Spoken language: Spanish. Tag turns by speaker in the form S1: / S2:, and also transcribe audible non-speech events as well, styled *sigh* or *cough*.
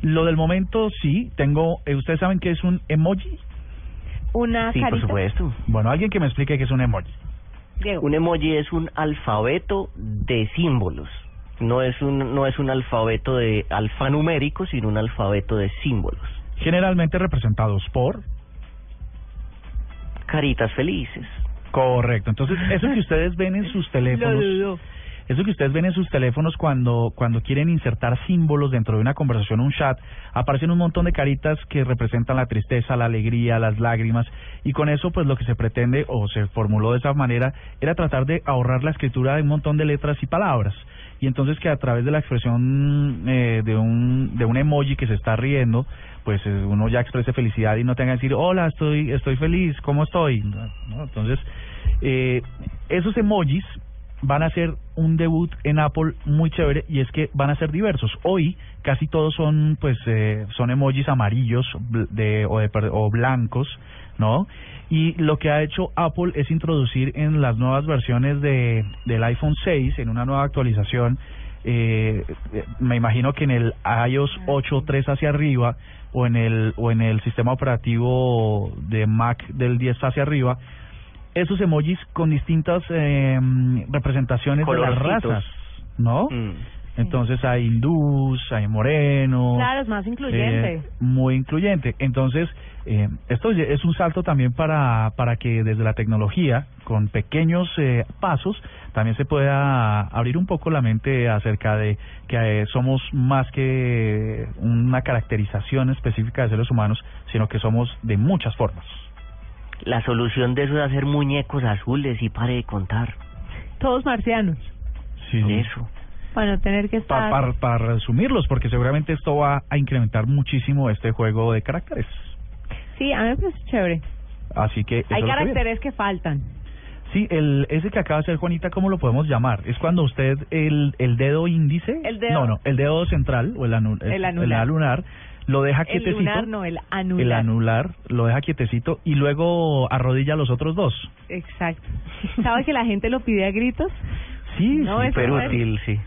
S1: Lo del momento, sí, tengo... eh, ¿Ustedes saben qué es un emoji?
S2: Una
S3: Sí, por
S2: Ah, carita.
S3: supuesto.
S1: Bueno, alguien que me explique qué es un emoji.
S2: Diego.
S3: Un emoji es un alfabeto de símbolos. No es un no es un alfabeto de alfanumérico, sino un alfabeto de símbolos.
S1: Generalmente representados por...
S3: Caritas felices.
S1: Correcto. Entonces, eso que ustedes ven en sus teléfonos... Eso que ustedes ven en sus teléfonos cuando, cuando quieren insertar símbolos dentro de una conversación, un chat, aparecen un montón de caritas que representan la tristeza, la alegría, las lágrimas, y con eso pues lo que se pretende o se formuló de esa manera era tratar de ahorrar la escritura de un montón de letras y palabras. Y entonces que a través de la expresión eh, de, un, de un emoji que se está riendo, pues eh, uno ya exprese felicidad y no tenga que decir, hola, estoy, estoy feliz, ¿cómo estoy? ¿No? Entonces, eh, esos emojis van a hacer un debut en Apple muy chévere y es que van a ser diversos. Hoy casi todos son pues eh, son emojis amarillos bl- de, o, de per- o blancos, ¿no? Y lo que ha hecho Apple es introducir en las nuevas versiones de, del iPhone 6, en una nueva actualización, eh, eh, me imagino que en el iOS 8.3 hacia arriba o en el o en el sistema operativo de Mac del 10 hacia arriba, esos emojis con distintas eh, representaciones de las
S3: Colorcitos.
S1: razas, ¿no?
S3: Mm.
S1: Entonces hay hindús, hay morenos.
S2: Claro, es más incluyente.
S1: eh, muy incluyente. Entonces, eh, esto ya es un salto también para, para que desde la tecnología, con pequeños eh, pasos, también se pueda abrir un poco la mente acerca de que eh, somos más que una caracterización específica de seres humanos, sino que somos de muchas formas.
S3: La solución de eso es hacer muñecos azules y pare de contar.
S2: Todos marcianos.
S3: Eso.
S2: Para no tener que
S1: Pa-
S2: estar.
S1: para, para resumirlos, porque seguramente esto va a incrementar muchísimo este juego de caracteres.
S2: Sí, a mí me parece chévere.
S1: Así que... eso
S2: Hay
S1: es lo que viene.
S2: caracteres que faltan.
S1: Sí, el, ese que acaba de hacer Juanita, ¿cómo lo podemos llamar? ¿Es cuando usted el, el dedo índice?
S2: El dedo-
S1: No, no, el dedo central o el, anu-
S2: El anular.
S1: anular, lo deja
S2: El
S1: quietecito.
S2: lunar, no, el anular.
S1: El anular lo deja quietecito y luego arrodilla los otros dos.
S2: *laughs* Exacto. ¿Sabe que la gente lo pide a gritos?
S1: Sí,
S2: No,
S1: sí,
S2: eso
S1: pero
S2: no es.
S3: útil, sí.